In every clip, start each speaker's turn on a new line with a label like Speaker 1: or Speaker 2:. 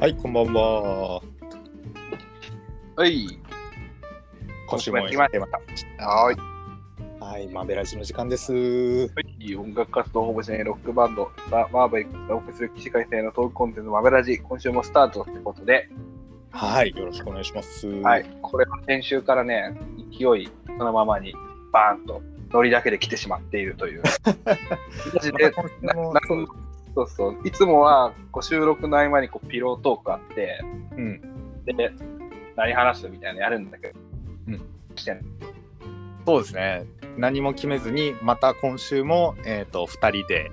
Speaker 1: はい、こんばんは。
Speaker 2: はい。
Speaker 1: 今週も
Speaker 2: やって
Speaker 1: まし
Speaker 2: は
Speaker 1: た。はい、マーベラジの時間です。
Speaker 2: い。音楽活動をほぼしないロックバンド、ザ・マーベリックスがお送りする起死回生のトークコンテンツ、マベラジ、今週もスタートということで、
Speaker 1: はい、よろしくお願いします。
Speaker 2: はい。。これは先週からね、勢いそのままに、バーンと、ノリだけで来てしまっていると いう。マジでななそうそう。いつもは、こう収録の合間にこうピロートークあって、
Speaker 1: うん、
Speaker 2: で、何話すみたいなのやるんだけど、
Speaker 1: うん
Speaker 2: してん
Speaker 1: そうですね。何も決めずに、また今週も、えっ、と、二人で、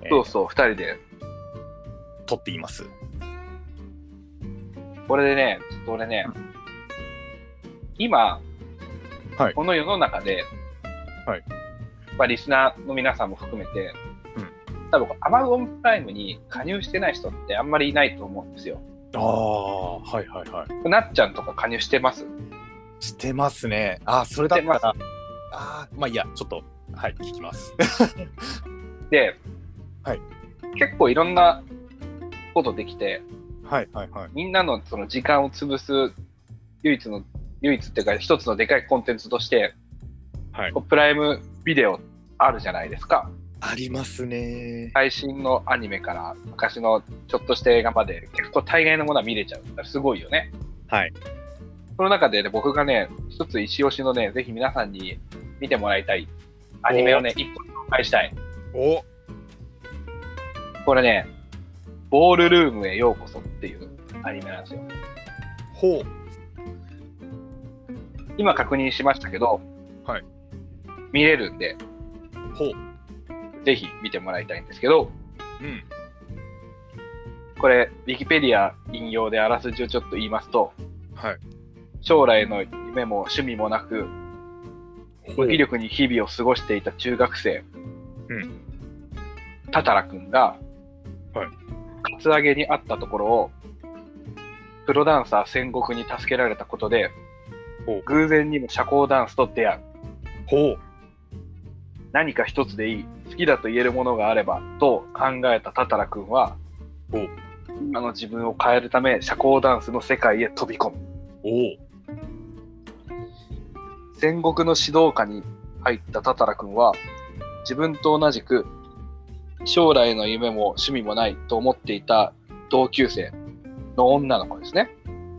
Speaker 1: えー
Speaker 2: そうそう、二人で。
Speaker 1: 撮っています。
Speaker 2: これでね、ちょっと俺ね、今、
Speaker 1: はい
Speaker 2: この世の中で、
Speaker 1: はい
Speaker 2: まあ、リスナーの皆さんも含めて、
Speaker 1: うん
Speaker 2: 多分 Amazon プライムに加入してない人ってあんまりいないと思うんですよ。
Speaker 1: ああ、はいはいは
Speaker 2: なっちゃんとか加入してます
Speaker 1: い。してますね。あーそれだった
Speaker 2: して
Speaker 1: ら、あーまあいいや、ちょっと、はい、聞きます。
Speaker 2: で、
Speaker 1: はい
Speaker 2: 結構いろんなことできて、
Speaker 1: はいはいはい。
Speaker 2: みんなのその時間を潰す唯一の、唯一っていうか一つのでかいコンテンツとして、
Speaker 1: はい
Speaker 2: こうプライムビデオあるじゃないですか。
Speaker 1: ありますね。
Speaker 2: 最新のアニメから昔のちょっとした映画まで結構大概のものは見れちゃうからすごいよね。
Speaker 1: はい。
Speaker 2: その中で、ね、僕がね、一つ一押しのね、ぜひ皆さんに見てもらいたいアニメをね、一個紹介したい。
Speaker 1: お
Speaker 2: これね、ボールルームへようこそっていうアニメなんですよ。
Speaker 1: ほう。
Speaker 2: 今確認しましたけど、
Speaker 1: はい
Speaker 2: 見れるんで、
Speaker 1: ほう。
Speaker 2: ぜひ見てもらいたいんですけど、
Speaker 1: うん。
Speaker 2: これ、ウィキペディア引用であらすじをちょっと言いますと、
Speaker 1: はい。
Speaker 2: 将来の夢も趣味もなく、無気力に日々を過ごしていた中学生、
Speaker 1: うん
Speaker 2: たたらくんが、
Speaker 1: はい
Speaker 2: カツアゲにあったところを、プロダンサー戦国に助けられたことで
Speaker 1: ほう、
Speaker 2: 偶然にも社交ダンスと出会う。
Speaker 1: ほう。
Speaker 2: 何か一つでいい、好きだと言えるものがあれば、と考えたたたらくんは
Speaker 1: ほう、
Speaker 2: 今の自分を変えるため、社交ダンスの世界へ飛び込む。
Speaker 1: おお。
Speaker 2: 戦国の指導下に入ったタタラ君は自分と同じく将来の夢も趣味もないと思っていた同級生の女の子ですね。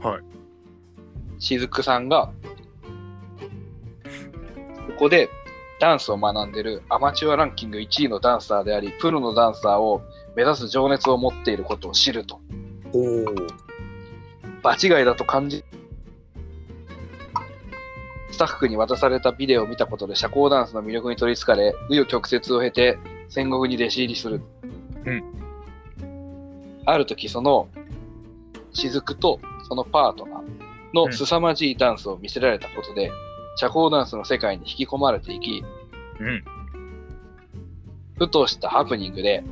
Speaker 1: はい。
Speaker 2: しずくさんがここでダンスを学んでるアマチュアランキング1位のダンサーでありプロのダンサーを目指す情熱を持っていることを知ると
Speaker 1: おお。
Speaker 2: 場違いだと感じスタッフに渡されたビデオを見たことで社交ダンスの魅力に取りつかれ紆余曲折を経て戦国に弟子入りする、
Speaker 1: うん
Speaker 2: ある時その雫とそのパートナー
Speaker 1: う
Speaker 2: の
Speaker 1: ん
Speaker 2: 凄まじいダンスを見せられたことで、社交ダンスの世界に引き込まれていき
Speaker 1: うん。
Speaker 2: ふとしたハプニングで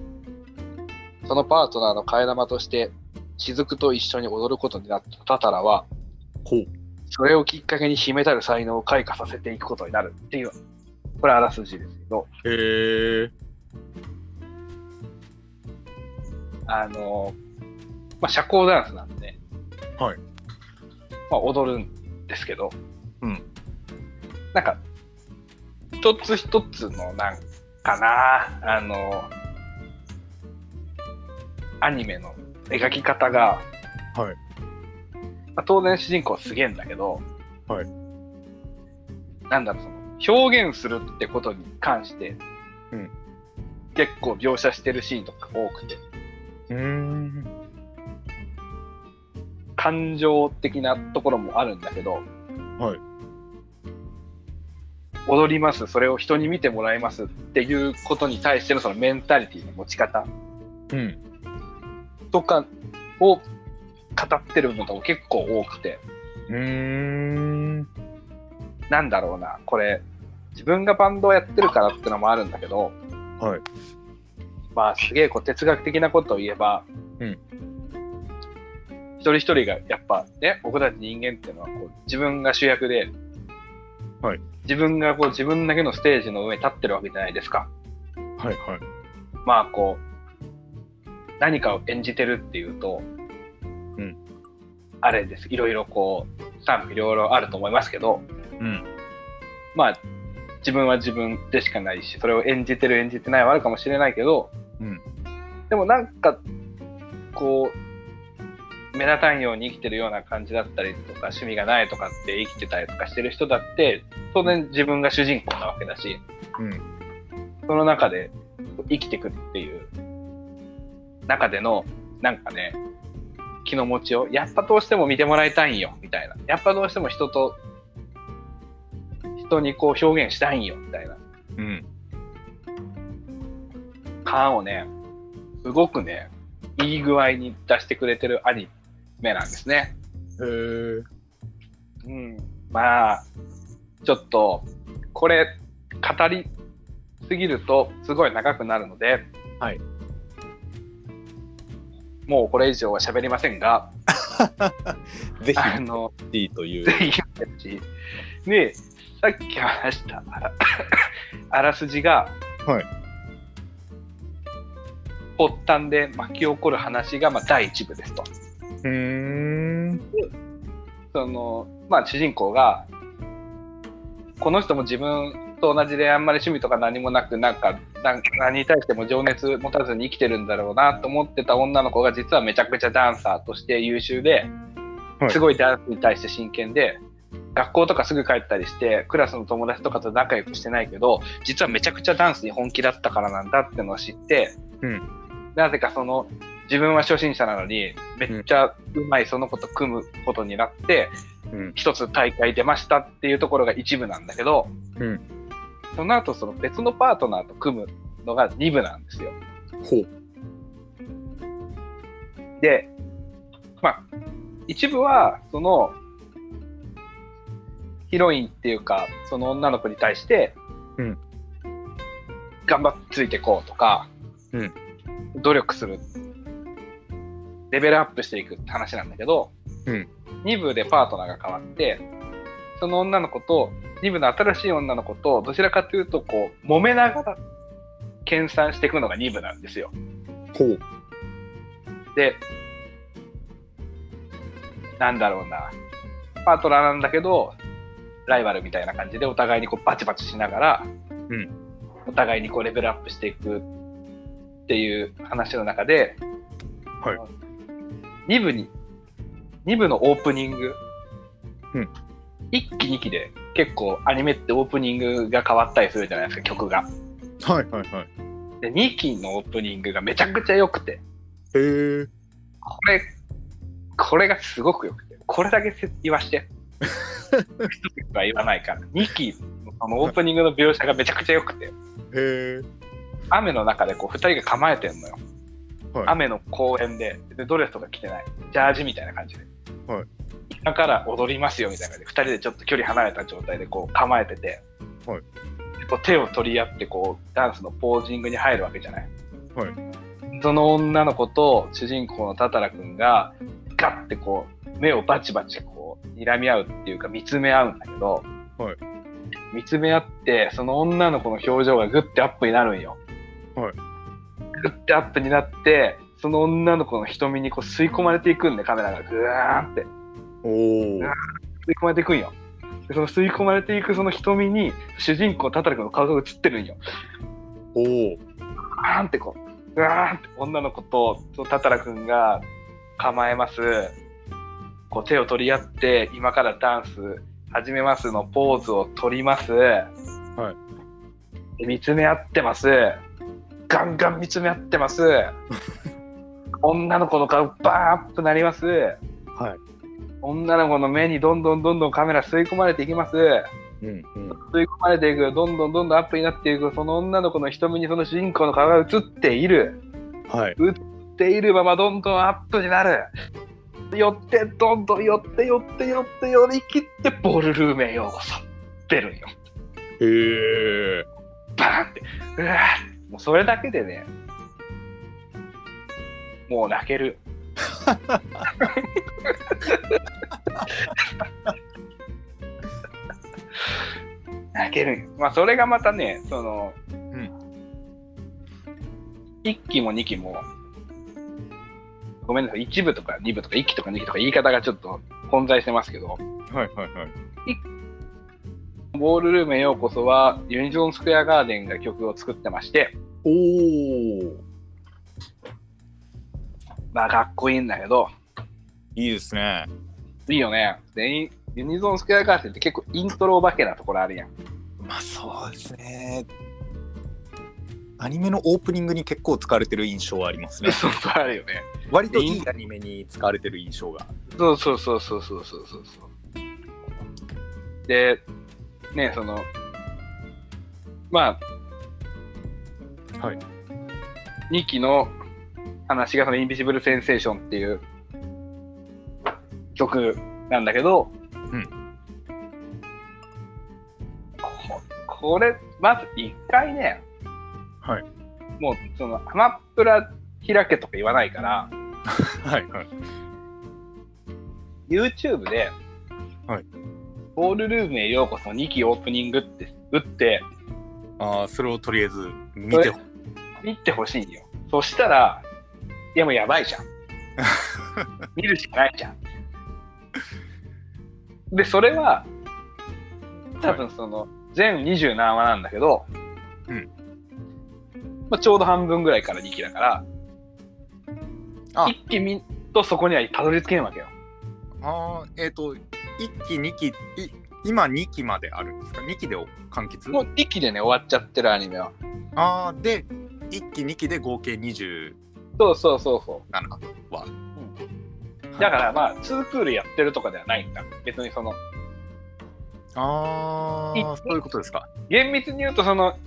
Speaker 2: そのパートナーの替え玉として雫と一緒に踊ることになったタタラは
Speaker 1: ほう。
Speaker 2: それをきっかけに秘めたる才能を開花させていくことになるっていう、これあらすじですけど、
Speaker 1: へえ。
Speaker 2: あのまあ、社交ダンスなんで、
Speaker 1: はい。
Speaker 2: まあ、踊るんですけど、
Speaker 1: うん。
Speaker 2: なんか、一つ一つの、なんかな、あのアニメの描き方が、
Speaker 1: はい。
Speaker 2: まあ、当然主人公すげえんだけど、
Speaker 1: はい。
Speaker 2: なんだろう、その、表現するってことに関して、
Speaker 1: うん。
Speaker 2: 結構描写してるシーンとか多くて、
Speaker 1: うーん。
Speaker 2: 感情的なところもあるんだけど、
Speaker 1: はい。
Speaker 2: 踊ります、それを人に見てもらいますっていうことに対してのそのメンタリティの持ち方
Speaker 1: うん。
Speaker 2: とかを語ってるのが結構多くて、
Speaker 1: うーん。
Speaker 2: なんだろうな、これ、自分がバンドをやってるからってのもあるんだけど、
Speaker 1: はい。
Speaker 2: まあ、すげえこう哲学的なことを言えば、
Speaker 1: うん
Speaker 2: 一人一人がやっぱね、僕たち人間っていうのはこう自分が主役で、
Speaker 1: はい
Speaker 2: 自分がこう自分だけのステージの上に立ってるわけじゃないですか。
Speaker 1: はいはい。
Speaker 2: まあこう、何かを演じてるっていうと、
Speaker 1: うん
Speaker 2: あれですいろいろこう賛否両論あると思いますけど
Speaker 1: うん。
Speaker 2: まあ自分は自分でしかないしそれを演じてる演じてないはあるかもしれないけど、
Speaker 1: うん
Speaker 2: でもなんかこう目立たんように生きてるような感じだったりとか趣味がないとかって生きてたりとかしてる人だって当然自分が主人公なわけだし、
Speaker 1: うん
Speaker 2: その中で生きてくっていう中でのなんかね気の持ちをやっぱどうしても見てもらいたいんよみたいなやっぱどうしても人と人にこう表現したいんよみたいな
Speaker 1: うん。
Speaker 2: 感をねすごくねいい具合に出してくれてるアニメなんですね。
Speaker 1: へえ。
Speaker 2: うん、まあちょっとこれ語りすぎるとすごい長くなるので、
Speaker 1: はい、
Speaker 2: もうこれ以上は喋りませんが
Speaker 1: ぜ
Speaker 2: あの
Speaker 1: ひいいという
Speaker 2: ぜ。ひ言ってほしいでさっき話したあら あらすじが、
Speaker 1: はい
Speaker 2: 発端で巻き起こる話が、まあ、第一部ですと。
Speaker 1: うーん。
Speaker 2: そのまあ主人公がこの人も自分と同じであんまり趣味とか何もなくなんかなん何に対しても情熱持たずに生きてるんだろうなと思ってた女の子が実はめちゃくちゃダンサーとして優秀で
Speaker 1: はい
Speaker 2: すごいダンスに対して真剣で、学校とかすぐ帰ったりしてクラスの友達とかと仲良くしてないけど実はめちゃくちゃダンスに本気だったからなんだってのを知って、
Speaker 1: うん
Speaker 2: なぜかその自分は初心者なのにめっちゃうまいその子と組むことになって、
Speaker 1: うん。
Speaker 2: 一つ大会出ましたっていうところが一部なんだけど、
Speaker 1: うん
Speaker 2: その後その別のパートナーと組むのが二部なんですよ。
Speaker 1: ほう。
Speaker 2: で、まあ、一部はそのヒロインっていうかその女の子に対して、
Speaker 1: うん
Speaker 2: 頑張ってついてこうとか、
Speaker 1: うん
Speaker 2: 努力するレベルアップしていくって話なんだけど、
Speaker 1: うん
Speaker 2: 2部でパートナーが変わってその女の子と2部の新しい女の子とどちらかというとこう揉めながら研鑽していくのが2部なんですよ。
Speaker 1: ほう。
Speaker 2: で、なんだろうな、パートナーなんだけど、ライバルみたいな感じで、お互いにこうバチバチしながら、
Speaker 1: うん
Speaker 2: お互いにこうレベルアップしていくっていう話の中で、
Speaker 1: はい
Speaker 2: 2部に、2部のオープニング、
Speaker 1: うん
Speaker 2: 1期、2期で結構アニメってオープニングが変わったりするじゃないですか、曲が。
Speaker 1: はいはいはい。
Speaker 2: で、2期のオープニングがめちゃくちゃ良くて、
Speaker 1: へえ。
Speaker 2: これ、これがすごくよくて、これだけ言わして。一つは言わないから、2期のそのオープニングの描写がめちゃくちゃ良くて、
Speaker 1: へえ。
Speaker 2: 雨の中でこう2人が構えてんのよ。
Speaker 1: はい
Speaker 2: 雨の公園でで、ドレスとか着てない、ジャージみたいな感じで。
Speaker 1: はい
Speaker 2: 今から踊りますよみたいな感じで、2人でちょっと距離離れた状態でこう構えてて、
Speaker 1: はい
Speaker 2: でこう手を取り合ってこうダンスのポージングに入るわけじゃない。
Speaker 1: はい
Speaker 2: その女の子と主人公のタタラ君が、ガッてこう、目をバチバチこう、睨み合うっていうか、見つめ合うんだけど、
Speaker 1: はい
Speaker 2: 見つめ合って、その女の子の表情がグッてアップになるんよ。
Speaker 1: はい
Speaker 2: グッてアップになって、その女の子の瞳にこう吸い込まれていくんで、カメラがグーンって。
Speaker 1: おお。
Speaker 2: 吸い込まれていくんよ。でその吸い込まれていくその瞳に、主人公タタラ君の顔が映ってるんよ。
Speaker 1: おお。
Speaker 2: あーンってこう、うわーんって女の子と、そのタタラ君が構えます。こう手を取り合って、今からダンス始めますのポーズを取ります。はい。見つめ合ってます。ガンガン見つめ合っ てます。女の子の顔バーンアップなります。
Speaker 1: はい。
Speaker 2: 女の子の目にどんどんどんどんカメラ吸い込まれていきます。
Speaker 1: うんうん。
Speaker 2: 吸い込まれていく、どんどんどんどんアップになっていく、その女の子の瞳にその主人公の顔が映っている、
Speaker 1: はい。
Speaker 2: 映っているままどんどんアップになる。寄って、どんどん寄って、寄って、寄って、寄り切って、ボルルームへようこそ。出るんよ。
Speaker 1: へえ。
Speaker 2: バーンって。うわーもうそれだけでね、もう泣ける。泣けるよまあそれがまたね、その、
Speaker 1: ん
Speaker 2: 一1期も2期も、ごめんなさい、1部とか2部とか1期とか2期とか言い方がちょっと混在してますけど、
Speaker 1: はいはいはい。
Speaker 2: ボールルームへようこそはユニゾンスクエアガーデンが曲を作ってまして、
Speaker 1: おお。
Speaker 2: まあかっこいいんだけど、
Speaker 1: いいですね。
Speaker 2: いいよね。で、イユニゾンスクエアガーデンって結構イントロお化けなところあるやん。
Speaker 1: まあそうですね。アニメのオープニングに結構使われてる印象はありますね。
Speaker 2: そうそうあるよね。
Speaker 1: 割といいアニメに使われてる印象が。
Speaker 2: そうそうそうそうそうそうそうそう。で、ね、その、まあ、
Speaker 1: はい。
Speaker 2: 2期の話がそのインビジブルセンセーションっていう曲なんだけど、
Speaker 1: うん
Speaker 2: ここれ、まず1回ね、
Speaker 1: はい。
Speaker 2: もうそのアマプラ開けとか言わないから、
Speaker 1: はいはい。
Speaker 2: YouTube で、
Speaker 1: はい
Speaker 2: ボールルームへようこそ2期オープニングって打って、
Speaker 1: ああ、それをとりあえず見てほ
Speaker 2: 見てほしいんよ。そしたら、いやもうやばいじゃ ん。見るしかないじゃん。で、それは、多分その、全27話なんだけど、
Speaker 1: うん
Speaker 2: まあ、ちょうど半分ぐらいから2期だから、
Speaker 1: あ
Speaker 2: 一気見とそこにはたどり着けんわけよ。
Speaker 1: ああ、えっ、と、1期、2期、い今2期まであるんですか ?2 期で完結
Speaker 2: もう1期でね、終わっちゃってるアニメは。
Speaker 1: ああ、で、1期、2期で合計27
Speaker 2: そうそうそうそう。
Speaker 1: 話。
Speaker 2: だからまあ、2クールやってるとかではないんだ。別にその、
Speaker 1: あ
Speaker 2: い
Speaker 1: あ、そういうことですか。
Speaker 2: 厳密に言うとその、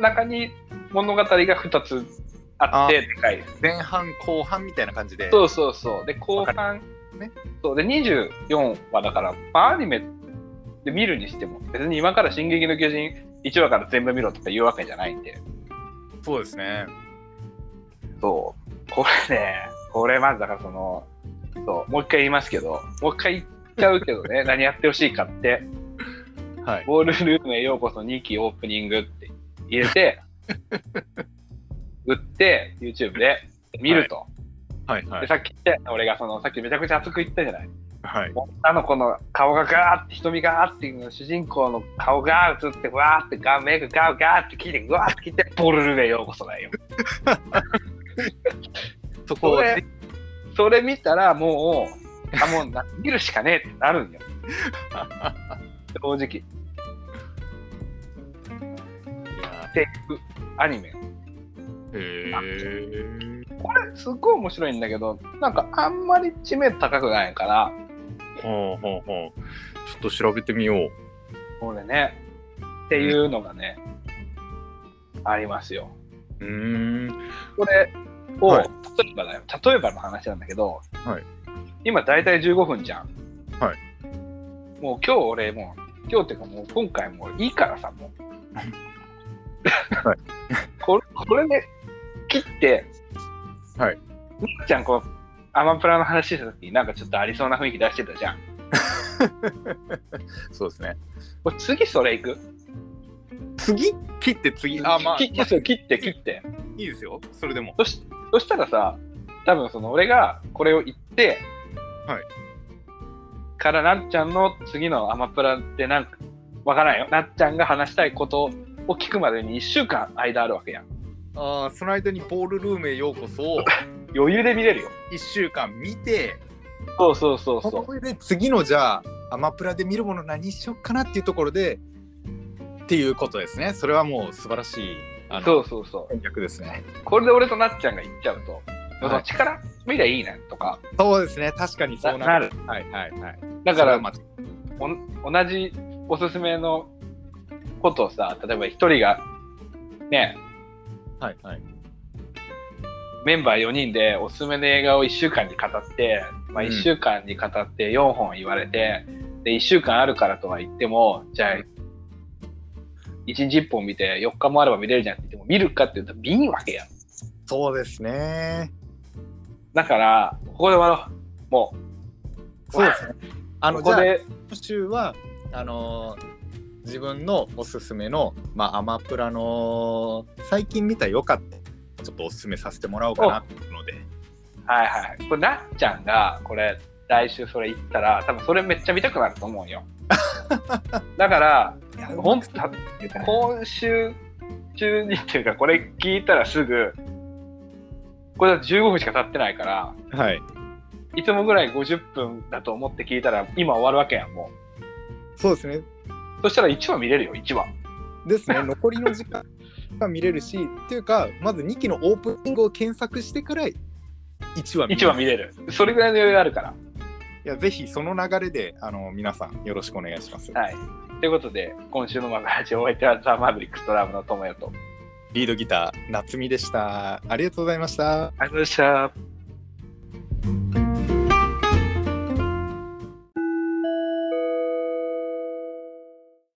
Speaker 2: 中に物語が2つあって、でかい。
Speaker 1: 前半、後半みたいな感じで。
Speaker 2: そうそうそう。で、後
Speaker 1: わ
Speaker 2: 半、
Speaker 1: ね
Speaker 2: ね、そう。で、24話だから、まあ、アニメで見るにしても、別に今から進撃の巨人1話から全部見ろとか言うわけじゃないんで。
Speaker 1: そうですね。
Speaker 2: そう。これね、これまずだからその、そう、もう一回言いますけど、もう一回言っちゃうけどね、 何やってほしいかって。
Speaker 1: はい。
Speaker 2: ボールルームへようこそ2期オープニングって入れて、売って、YouTube で見ると。
Speaker 1: はいは
Speaker 2: で、
Speaker 1: い。
Speaker 2: さっき言ったような俺がその、さっきめちゃくちゃ熱く言ったじゃない。
Speaker 1: はい。
Speaker 2: 女の子の顔がガーって、瞳がーっていうの、主人公の顔が映って、わーってガー、目がガーガーって聞いて、わーって聞いて、ボールルームへようこそだよ。
Speaker 1: そこ
Speaker 2: それ
Speaker 1: で、
Speaker 2: それ見たらもう、あ、もうな見るしかねえってなるんよ。正直。っ
Speaker 1: いや
Speaker 2: ていうアニメ。
Speaker 1: へえ。
Speaker 2: これすっごい面白いんだけどなんかあんまり知名度高くないから
Speaker 1: ほうほうほう。ちょっと調べてみよう。
Speaker 2: これねっていうのがね、ありますよ
Speaker 1: うーん。
Speaker 2: これを、
Speaker 1: はい
Speaker 2: 例えばだよ例えばの話なんだけど、
Speaker 1: はい
Speaker 2: 今大体15分じゃん
Speaker 1: はい
Speaker 2: もう今日俺もう今日っていうかもう今回もういいからさもう、
Speaker 1: はい
Speaker 2: これこれで切って
Speaker 1: はい
Speaker 2: みっちゃんこうアマプラの話してた時になんかちょっとありそうな雰囲気出してたじゃん
Speaker 1: そうですね。
Speaker 2: これ次それいく
Speaker 1: 次切って次。あ、まあ、
Speaker 2: 切ってそう切って切って
Speaker 1: いいですよ。それでも。
Speaker 2: そしそしたらさ多分その俺がこれを言って
Speaker 1: はい
Speaker 2: からなっちゃんの次のアマプラってなんかわからんよなっちゃんが話したいことを聞くまでに1週間間あるわけやん
Speaker 1: ああ、その間にボールルームへようこそを
Speaker 2: 余裕で見れるよ
Speaker 1: 1週間見て、
Speaker 2: そうそうそう
Speaker 1: そ
Speaker 2: そう
Speaker 1: こで次のじゃあアマプラで見るもの何しよっかなっていうところでっていうことですねそれはもう素晴らしいあ
Speaker 2: そ
Speaker 1: の
Speaker 2: うそうそ
Speaker 1: 戦略ですね
Speaker 2: うこれで俺となっちゃんが言っちゃうと、
Speaker 1: い
Speaker 2: どっちから見りゃいいなとか
Speaker 1: そうですね確かにそうな
Speaker 2: なな
Speaker 1: る
Speaker 2: る
Speaker 1: はいはいはい
Speaker 2: だから
Speaker 1: それはまた
Speaker 2: お同じおすすめのことをさ例えば一人がね
Speaker 1: はいはい
Speaker 2: メンバー4人でおすすめの映画を1週間に語って、まあ、
Speaker 1: うん
Speaker 2: 1週間に語って4本言われて、で1週間あるからとは言ってもじゃあ
Speaker 1: う
Speaker 2: 1日1本見て4日もあれば見れるじゃんって言っても見るかって言うと見んわけやん
Speaker 1: そうですね
Speaker 2: だからここで終わろうも
Speaker 1: そうですねあ
Speaker 2: う
Speaker 1: の
Speaker 2: こ
Speaker 1: じ
Speaker 2: こ
Speaker 1: ゃあ
Speaker 2: で
Speaker 1: 今週はあのー自分のおすすめの、まあ、アマプラの最近見た良かったちょっとお勧めさせてもらおうかなと思うので
Speaker 2: はいはい。これ、なっちゃんが、これ、来週それ行ったら、多分それめっちゃ見たくなると思う んよ。だから、ほんとた今週中にっていうか、これ聞いたらすぐ、これだと15分しか経ってないから、
Speaker 1: はい
Speaker 2: いつもぐらい50分だと思って聞いたら、今終わるわけやん、も
Speaker 1: そうですね
Speaker 2: う。そしたら1話見れるよ、1話。
Speaker 1: ですね残りの時間が見れるしっていうかまず2期のオープニングを検索してから1話見
Speaker 2: 1話見れる。それぐらいの余裕あるから。
Speaker 1: いやぜひその流れであの皆さんよろしくお願いします、
Speaker 2: はい。ということで、今週のマガラジオお相手はザ・マーブリックストラムの友よと。あり
Speaker 1: リードギター夏美でしたありがとうございました
Speaker 2: がとうございました。